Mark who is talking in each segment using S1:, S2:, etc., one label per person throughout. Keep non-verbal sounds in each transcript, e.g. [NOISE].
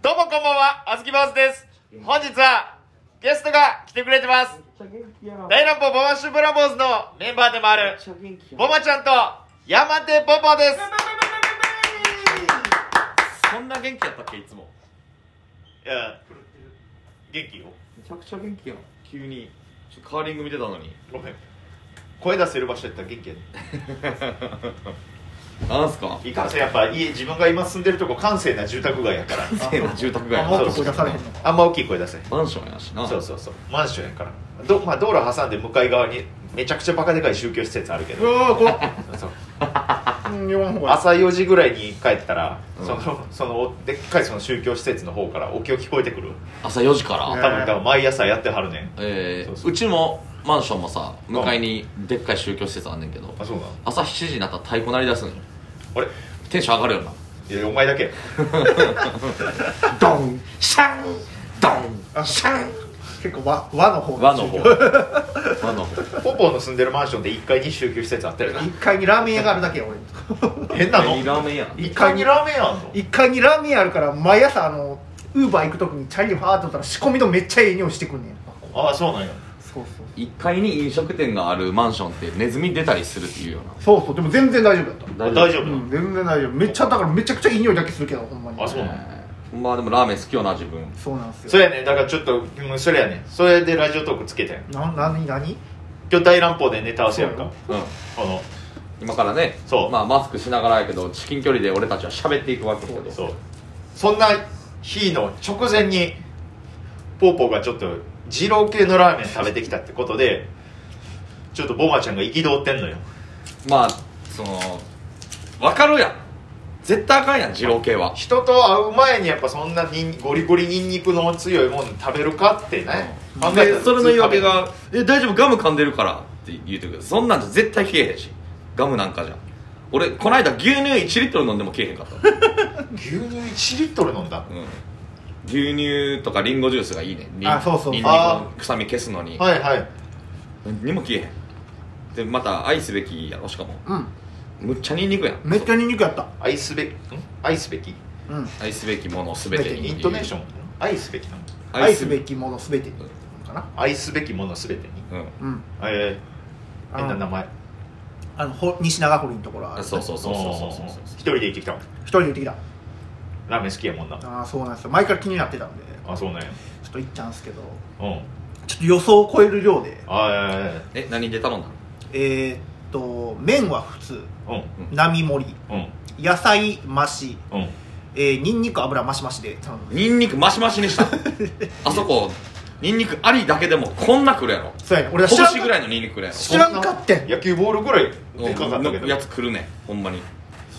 S1: どうもこんばんは、あずきバースです。本日は、ゲストが来てくれてます。
S2: めっちゃ元気やな。めっ
S1: 大乱暴ボマッシュブラボーズのメンバーでもある、
S2: ちゃ元気や
S1: ボマちゃんと、山手ポポです。
S3: そんな元気やったっけいつも
S1: いや、元気よ。
S2: めちゃくちゃ元気やん。
S3: 急にちょっとカーリング見てたのに
S1: ごめん。声出せる場所やったら元気やね
S3: なんすか
S1: いかんせんやっぱ家、自分が今住んでるとこ、閑静な住宅街や
S3: [LAUGHS]
S1: から。
S3: 住宅街
S1: あ
S3: や
S1: ん
S3: な
S1: ま大きい声出されへんのあんま大きい声出せへん。
S3: マンションやしな
S1: そうそうそう、マンションやから。どまあ、道路挟んで向かい側に、めちゃくちゃバカでかい宗教施設あるけど。
S4: わー怖っ
S1: そう
S4: うん言わんほうが
S1: 朝4時ぐらいに帰ったら、
S3: うん
S1: そのそのでっかいその宗教施設の方からお経聞こえてくる
S3: 朝4時から、
S1: 多
S4: ね
S1: 分多分毎朝やってはるねん
S3: えー
S1: そう
S3: う
S1: そう
S3: ちもマンションもさ向かいにでっかい宗教施設あんねんけど
S1: あそうなの
S3: 朝7時になったら太鼓鳴り出すのよ
S1: あれ
S3: テンション上がるよない
S1: やお前だけ
S3: ドンシャンドン
S4: あシャン結構和和の方
S3: 和の方和の方
S1: ポポの住んでるマンションで1階に宗教施設あったよな
S4: 1階にラーメン屋があるだけよ俺
S1: 変なの
S3: ラーメンやん
S1: 1階にラーメン屋あんの
S4: 1階にラーメン屋あるから毎朝あのウーバー行く時にチャリファーっとったら仕込みのめっちゃええ匂いしてくんねん
S1: ああそうなんや
S4: そうそう
S3: 1階に飲食店があるマンションってネズミ出たりするっていうよ
S4: そうそうでも全然大丈夫やった
S3: うな
S1: 大丈夫
S4: う
S1: なん
S4: 全然大丈夫めっちゃだからめちゃくちゃいい匂いだけするけどほんまに
S1: あそうなの
S3: えーまあでもラーメン好きよな自分
S4: そうなんです
S1: そ
S4: よ
S1: うやねだからちょっと、うん、それやねそれでラジオトークつけてん
S4: な何何
S1: 今日大乱暴でネタ合わせやんか
S3: うん
S1: この
S3: 今からね
S1: そう
S3: まあ、マスクしながらやけど至近距離で俺たちは喋っていくわけですけど
S1: そうそんな日の直前にポーポーがちょっと二郎系のラーメン食べてきたってことでちょっとボマちゃんが憤ってんのよ
S3: まあその分かるやん絶対あかんやん二郎系は
S1: 人と会う前にやっぱそんなにんゴリゴリニンニクの強いもの食べるかってね、考えたら
S3: でそれの言い訳が「え大丈夫ガム噛んでるから」って言うてくるそんなんじゃ絶対消えへんしガムなんかじゃ俺こないだ牛乳1リットル飲んでも消えへんかった、う
S1: 牛乳1リットル飲んだ
S3: ん、牛乳とかリンゴジュースがいいねん
S4: あそうそう
S3: リンゴの臭み消すのに
S1: はいはい
S3: 何にも消えへんでまた愛すべきやろしかも
S4: うん
S3: むっちゃニンニクやん
S4: めっちゃニンニクやった
S1: 愛すべきん愛すべき
S4: うん
S3: 愛すべきものすべてに
S1: イントネーションん愛すべきなの
S4: 愛すべきものすべてにかな
S1: 愛すべきもの全てに
S3: うん
S4: うん
S1: えー、
S4: あ
S1: 変な名
S4: の
S1: 前
S4: あのほ西長堀のところある
S3: そうそうそうそうそうそう
S1: おー一人で行ってきたの
S4: 一人で行ってきた
S1: ラーメン好きやもんな
S4: ああそうなんですよ前から気になってたんで
S1: あそうなんや
S4: ちょっと行っちゃうんすけど
S1: うん
S4: ちょっと予想を超える量で
S1: あ
S3: え何で頼んだの
S4: えー、っと麺は普通
S1: うん
S4: 並盛り
S1: うん
S4: 野菜増し、
S1: うん
S4: えー、にんにく油増し増しで頼む
S3: ニンニクマシマシにしたあそこニンニクありだけでもこんなくるやろ
S4: そうやね俺は知らん
S3: 拳ぐらいのニンニクくるや
S4: 知らんかってん
S1: 野球ボールぐらい
S3: ろ
S1: でかかったけ
S3: のや
S1: ど
S3: つくるねほんまに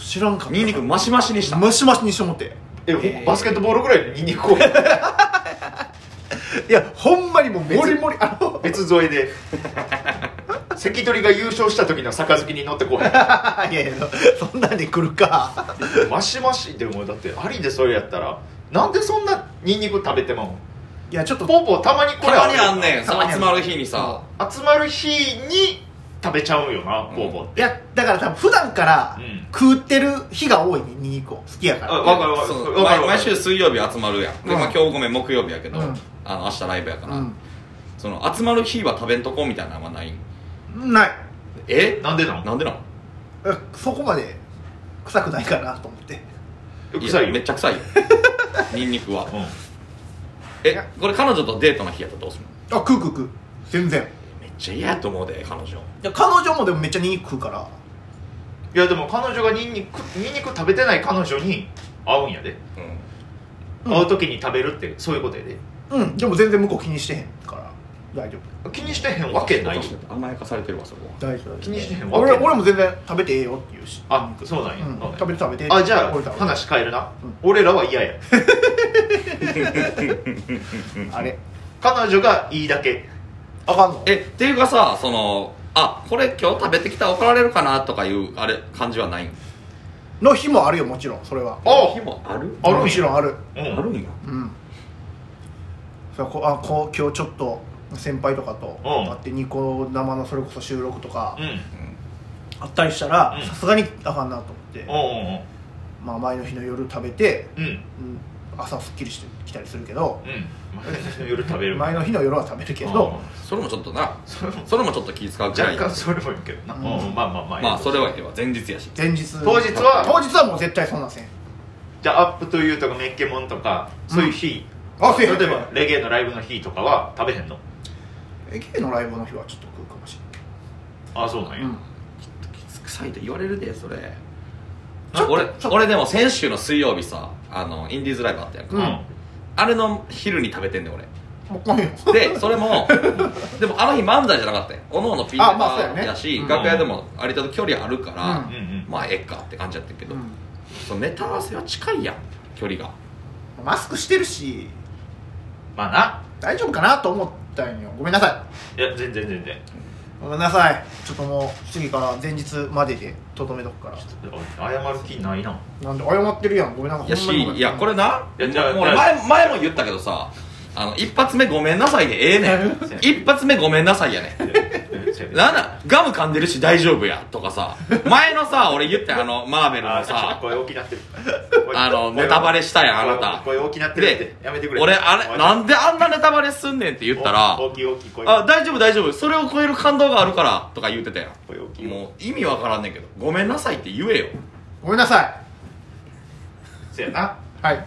S4: 知らんかった
S3: ニンニクマシマシにした
S4: マシマシにしてもって
S1: えバスケットボールぐらいのニンニクを
S3: [LAUGHS]
S4: いやほんまにもうモリモリあの
S1: 別添えで関取が優勝した時の杯に乗ってこう
S4: いやいやそんなんで来るか
S1: マシマシでもだってありでそれやったらなんでそんなニンニク食べてまうの
S4: いやちょっと
S1: ポーポーたまにこ
S3: た
S1: れ
S3: まにあんねん
S4: たまにある
S3: 集まる日にさ
S1: 集まる日に食べちゃうよなポーポーって
S4: いやだから多分普段から
S1: うん
S4: 食ってる日が多いねニンニクを好きやから
S1: あわかるわかる
S3: そう
S1: わかる
S3: 毎毎週水曜日集まるやんで、まあ、
S4: うん
S3: 今日ごめん木曜日やけど、
S4: うん
S3: あの明日ライブやから、
S4: う
S3: その集まる日は食べんとこみたいなのはない
S4: んない
S3: え
S1: なんでなん
S3: なんでなの
S4: えそこまで臭くないかなと思って
S1: 臭い
S3: や
S1: よ
S3: めっちゃ臭いよニンニクは
S1: うん
S3: えこれ彼女とデートの日やったらどうするの
S4: あ食う食う食う全然
S3: めっちゃ嫌やと思うで彼女
S4: いや彼女もでもめっちゃニンニク食うから
S1: いやでも彼女がニンニクニンニク食べてない彼女に会うんやで
S3: うん
S4: うん
S1: 会う時に食べるってそういうことやで
S4: うんでも全然向こう気にしてへんから大丈夫
S1: 気にしてへんわけないよ
S3: 甘やかされてるわそこは
S4: 大丈夫
S1: 気にしてへんわけ
S4: 俺
S1: ない
S4: 俺も全然食べてええよって言うし
S1: あそうなんや、
S4: うん
S1: あ
S4: 食べて食べて
S1: あじゃあ
S4: 俺食べて
S1: 話変えるな、
S4: うん
S1: 俺らは嫌や
S4: あれ
S1: 彼女がいいだけ
S4: あかんの
S3: えっていうかさそのあこれ今日食べてきたら怒られるかなとかいうあれ感じはないん
S4: の日もあるよもちろんそれは
S1: あ
S3: 日もある
S1: あるんや
S4: もちろんある
S1: うん
S3: あるんや
S4: うんそれこあこう今日ちょっと先輩とかと
S1: うん
S4: 会ってニコ生のそれこそ収録とか
S1: うん
S4: あったりしたら
S1: うん
S4: さすがにあかんなと思って
S1: うん
S4: まあ前の日の夜食べて
S1: うん
S4: うん朝すっきりしてきたりするけど
S1: うん夜食べる
S4: 前の日の夜は食べるけど
S3: それもちょっとな
S1: それも
S3: それもちょっと気使うくら
S1: 若
S3: い
S1: 干それもいいけどな、
S4: うん
S1: うんまあまあまあ
S3: まあそれはいいわ前日やし
S4: 前日
S1: 当日は
S4: 当日はもう絶対そんなんせん
S1: じゃあアップトゥーユーとかメッケモンとかそういう日、
S4: あせえへん
S1: 例えばレゲエのライブの日とかは食べへんの
S4: え K のライブの日はちょっと食うかもし
S1: あそうなん
S4: れ
S1: や、
S4: んうん
S3: 臭いと言われるでそれ
S4: ちょっと
S3: 俺
S4: ちょっと
S3: 俺でも先週の水曜日さあのインディーズライブあったやんか、
S4: うん
S3: あれの昼に食べてんねん俺
S4: もう来んよ
S3: でそれもでもあの日漫才じゃなかったよおのおのピンネ
S4: あまあそうや
S3: タ
S4: ね
S3: やし、
S4: うん
S3: 楽屋でもある程度距離あるから
S1: う、んうん
S3: まあええかって感じやってんけど、
S4: うん
S3: そのネタ合わせは近いやん距離が
S4: マスクしてるし
S1: まあな
S4: 大丈夫かなと思ったんよごめんなさ
S1: いや全然全然
S4: いごめんなさいちょっともう次から前日まででとどめとくから
S1: 謝る気
S3: [LAUGHS]
S1: ないな
S4: なんで謝ってるやんごめんなさい
S3: や
S4: ほ
S3: し
S4: んまにごめん
S3: いやこれない
S1: やじゃあ
S3: もう俺
S1: じゃあ
S3: 前前も言ったけどさあの一発目ごめんなさいでええ
S4: [LAUGHS]
S3: ねん一発目ごめんなさいやねんなんだガム噛んでるし大丈夫やとかさ前のさ俺言ったよあのマーベルの
S1: あ
S3: さ
S1: 声大きなってる
S3: [LAUGHS] あのネタバレしたやんあなた
S1: 声大きなってるって
S3: で
S1: やめてくれ
S3: 俺あれなんであんなネタバレすんねんって言ったら
S1: 大きい大きい声
S3: あ大丈夫大丈夫それを超える感動があるからとか言ってたや
S1: 声大き
S3: ん
S1: い
S3: もう意味わからんねんけどごめんなさいって言えよ
S4: ごめんなさい
S1: せやな
S4: はい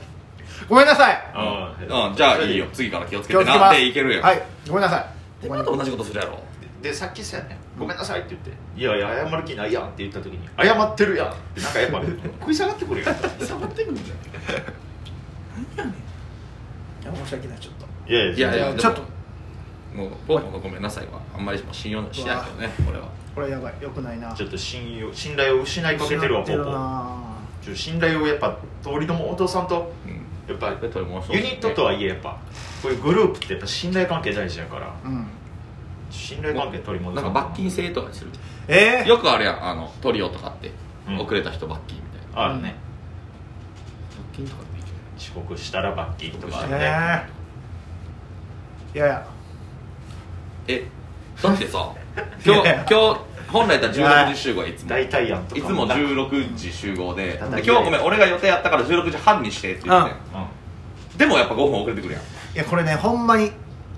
S4: ごめんなさい
S3: うん、じゃあいいよ次から気をつけ
S4: 気を
S3: て
S4: つけま
S3: なっ
S4: す
S3: ていけるよ、
S4: はいごめんなさい
S3: でまた同じことするやろ
S1: でさっきさやねごめんなさいって言って「いやいや謝る気ないやん」って言った時に「謝ってるやん」ってなんかやっぱ
S3: [LAUGHS]
S1: 食い下がってくるやん
S3: 下がってくんじゃん
S4: いや申し訳ないちょっと
S1: いや
S3: いやいや
S4: ちょっと
S3: でももうポーポーのごめんなさいはあんまりもう信用しないけどね俺は
S4: これやばいよくないな
S1: ちょっと信用信頼を失いかけてるわ
S4: 失ってる
S1: ほぼ
S4: な
S1: ちょっと信頼をやっぱ通りのお父さんと
S3: うん
S1: やっぱ
S3: で取り戻そう
S1: ユニットとはいえやっぱこういうグループってやっぱ信頼関係大事やから
S4: うん
S1: 信頼関係取り戻
S3: な
S1: さ
S3: んか罰金
S1: 制
S3: 制とかにする
S4: ええ
S3: よくあれやんあのトリオとかって、
S1: うん
S3: 遅れた人罰金みたいな
S1: あるね
S3: 罰金とかでいいけど
S1: 遅刻したら罰金とかあるね
S4: ええいやいや
S3: えだってさ今日今日本来だったら16時集合や [LAUGHS] いつも
S1: 大体やんとか
S3: いつも
S1: なうん
S3: 16時集合でで
S1: だ
S3: 今日はごめん俺が予定やったから16時半にしてって言ってねでもやっぱ5分遅れてくるや
S4: いやこれねほんまに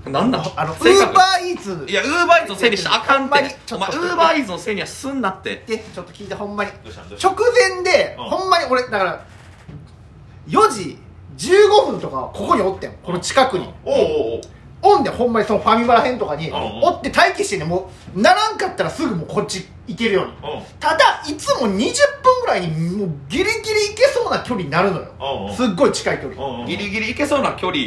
S3: んなんだ
S4: あのウ
S3: 性
S4: ー
S3: 格
S4: バーイーツ
S3: いやウーバーイーツのせいにしたらあかんって
S4: ほんまにちょ
S3: お
S4: っと
S3: 前ウーバーイーツのせいにはすんなって
S4: でちょっと聞いてほんまに
S1: どうしたんどうしたん
S4: 直前で、
S1: うん
S4: ほんまに俺だから4時15分とかここにおってんこの近くに、
S1: おうおうおう
S4: おんでほんまにそのファミマらへんとかに、
S1: うんうん
S4: おって待機してんねんもうならんかったらすぐもうこっち行けるように
S1: うん
S4: ただいつも20分ぐらいにもうギリギリ行けそうな距離になるのよ
S1: うんうん
S4: すっごい近い距離
S1: うんうん
S3: ギリギリいけそうな距離っ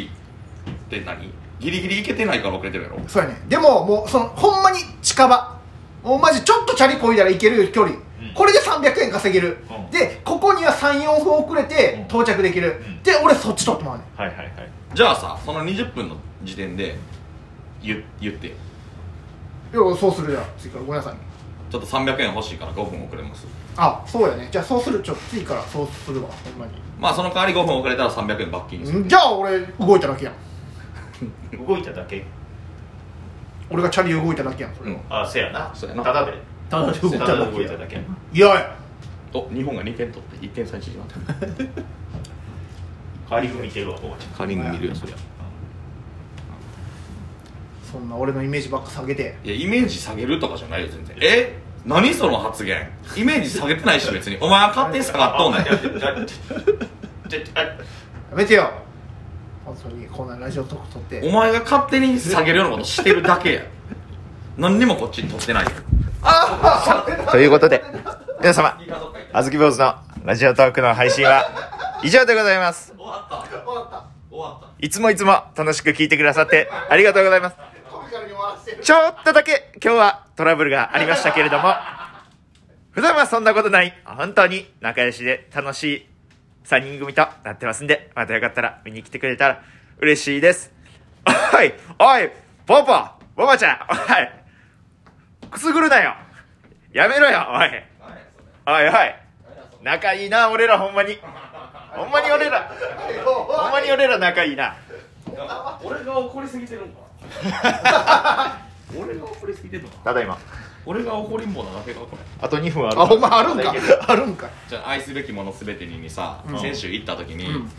S3: て何ギリギリいけてないから遅れてるやろ
S4: そうやねでももうそのほんまに近場もうマジちょっとチャリこいだら行ける距離、
S1: ん
S4: これで300円稼げる、
S1: うん
S4: でここには34分遅れて到着できる、
S1: うん
S4: で俺そっち取ってもらうねん
S1: はいはいはい
S3: じゃあさその20分の時点で言言ってよ
S4: いやそうするじゃん次からごめんなさい
S3: ちょっと300円欲しいから5分遅れます
S4: あそうやねじゃあそうするちょっと次からそうするわほんまに
S3: まあその代わり5分遅れたら300円罰金にする
S4: んじゃあ俺動いただけやん
S1: 動いただけ
S4: 俺がチャリ動いただけやんそれは、
S3: うん
S1: あせやな
S3: そうやな
S1: ただで
S4: ただで動い
S1: た
S4: ただけ
S1: だで動いただけ
S4: いやいや
S3: お日本が2点取って1点差に縮まった [LAUGHS]
S1: カーリング見てるわおばちゃん
S3: カーリング見るよそりゃ
S4: そんな俺のイメージばっか下げて
S3: いやイメージ下げるとかじゃないよ全然え何その発言イメージ下げてないし別にお前は勝手に下がっとんねん
S4: やめてよ本当にこんなラジオトーク撮っ
S3: お
S4: て
S3: 前が勝手に下げるようなことしてるだけや何にもこっちに取ってないよ
S1: ということで皆様あずき坊主のラジオトークの配信は以上でございます
S3: 終わった
S4: 終わった
S3: 終わった
S1: いつもいつも楽しく聞いてくださってありがとうございます
S4: コミカルに終わらせてる
S1: ちょっとだけ今日はトラブルがありましたけれども普段はそんなことない本当に仲良しで楽しい3人組となってますんでまたよかったら見に来てくれたら嬉しいですおいおいポポボバちゃんおいくすぐるなよやめろよおいおいおい仲いいな俺らほんまにほんまに俺らほんまに俺ら仲いいな
S3: 俺が怒りすぎてるんか俺が怒りすぎてるのか
S1: ただいま
S3: 俺が怒りんぼなだけが怒る
S1: あと2分ある
S4: あほんまあるんかあるんか
S3: じゃあ愛すべきものすべてににさ、
S4: ん
S3: 先週行った時に、
S4: うん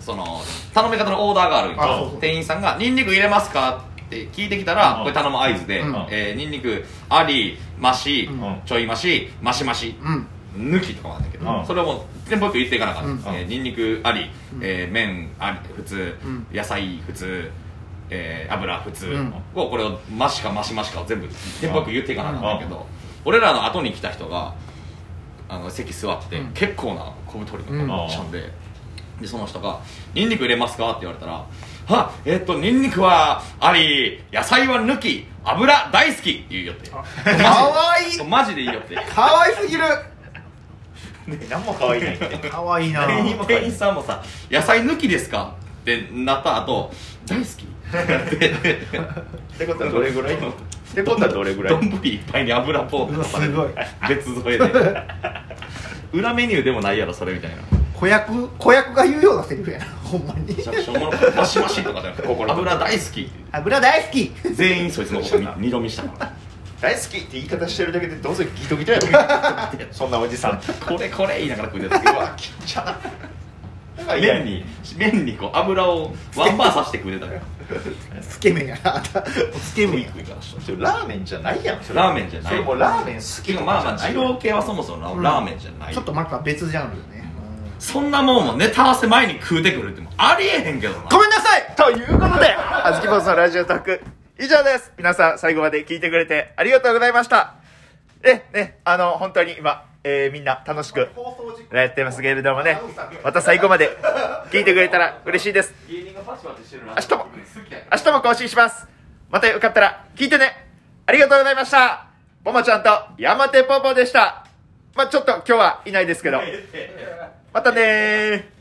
S3: その頼み方のオーダーがあるん
S4: あそう
S3: よ
S4: そう
S3: 店員さんが「ニンニク入れますか?」って聞いてきたら
S1: うん
S3: これ頼む合図で
S4: うん
S3: 「えーニンニクありまし
S1: ん
S3: ちょいましましまし
S4: うん
S3: 抜き」とかもあるんだけ
S1: う
S3: ど
S1: ん
S3: それをもう全部よく言っていかなあかっ
S4: うん
S3: たえーニンニクありえー麺あり普通
S4: うん
S3: 野菜普通えー油普通
S4: ん
S3: をこれを「ましかましましか」を全部テンポよく言っていかなあかったんだけど俺らの後に来た人があの席座って
S4: うん
S3: 結構な小太りの子
S4: うん
S3: ちゃんで、でその人が「ニンニク入れますか?」って言われたら「はえっ、とニンニクはあり野菜は抜き油大好き」って言うよって
S4: かわいい
S3: マジでいいよって
S4: かわいすぎる
S1: 何も可愛いないって
S4: かわいいな
S3: 店員店員さんもさ「野菜抜きですか?」ってなった後大好き」って
S1: ってことはどれぐらいってことはどれぐらい
S3: 丼いっぱいに油ポン
S4: う
S3: と
S4: わ
S3: 出され
S4: す
S3: る
S4: ごい
S3: 別添えで裏メニューでもないやろそれみたいな
S4: 子役子役が言うようなセリフやなほんまに
S3: めちゃくちゃおもろかったマシマシとかじゃなくて油大好き
S4: 油大好き
S3: 全員そいつのこと二度見したから
S1: 大好きって言い方してるだけでどうせギトギトや [LAUGHS] ろそんなおじさん
S3: これこれ言いながら食うてたけど
S1: だから嫌や
S3: 麺に麺にこう油をワンバーさして食うてたから
S4: つけ麺やなあんたつけ
S3: 食
S4: 麺
S3: い
S4: や
S3: 食いからし
S1: それラーメンじゃないやんそれ
S3: ラーメンじゃない
S1: それもうラーメン好
S3: て
S1: きと
S3: ま
S1: か
S3: あ
S1: じゃ
S3: まあ
S1: な
S3: 二
S1: いやん
S3: 郎系はそもそもラ
S4: うん
S3: ラーメンじゃない
S4: ちょっとまた別ジャンルよねうん
S3: そんなもんもネタ合わせ前に食うてくるってもうありえへんけどな
S4: ごめんなさい
S1: ということで、あずき坊主のラジオトーク、以上です。皆さん、最後まで聞いてくれてありがとうございました。え、ね、あの、本当に今、えーみんな楽しく、やってますけれどもね、また最後まで聞いてくれたら嬉しいです。
S2: 芸人がパチパチしてるな
S1: 明日も、
S2: 好きや
S1: 明日も更新します。またよかったら、聞いてね。ありがとうございました。ぽもちゃんと山手ぽぽでした。まあ、ちょっと今日はいないですけど、またねー。